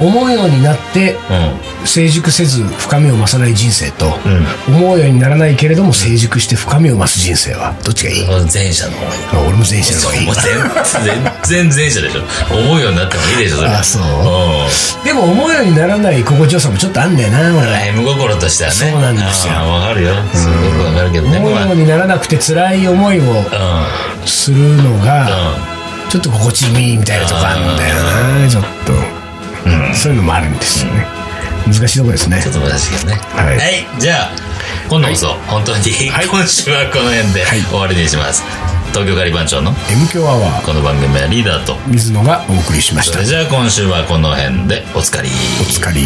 Speaker 1: 思うようになって
Speaker 2: う
Speaker 1: 成熟せず深みを増さない人生と、
Speaker 2: ん。うん。
Speaker 1: 思うようにならないけれども成熟して深みを増す人生はどっちがいい、
Speaker 2: 前者の方がいい。
Speaker 1: あ俺も前者の方がいい
Speaker 2: もう全全然前者でしょ。思うようになってもいいでしょ、それ。。
Speaker 1: あそうんでも思うようにならない心地よさもちょっとあんだよな俺
Speaker 2: ライム心としてはね。
Speaker 1: そうなんですよ
Speaker 2: あーわかるよ。すごくわかるけどね。
Speaker 1: 思う
Speaker 2: まあ
Speaker 1: ようにならなくて辛い思いを
Speaker 2: う
Speaker 1: するの
Speaker 2: ん。
Speaker 1: が
Speaker 2: うん。
Speaker 1: ちょっと心地いいみたいなとこあるんだよなちょっと、そういうのもあるんですよね難しいとこですね
Speaker 2: ちょっと難しいけどね。
Speaker 1: はい
Speaker 2: じゃあ、今度こそ、本当に、今週はこの辺で終わりにします。東京カリバン長の
Speaker 1: M 強アワー
Speaker 2: この番組はリーダーと。
Speaker 1: 水野がお送りしまし
Speaker 2: そ
Speaker 1: た
Speaker 2: れじゃあ今週はこの辺でおつかり。
Speaker 1: お疲れ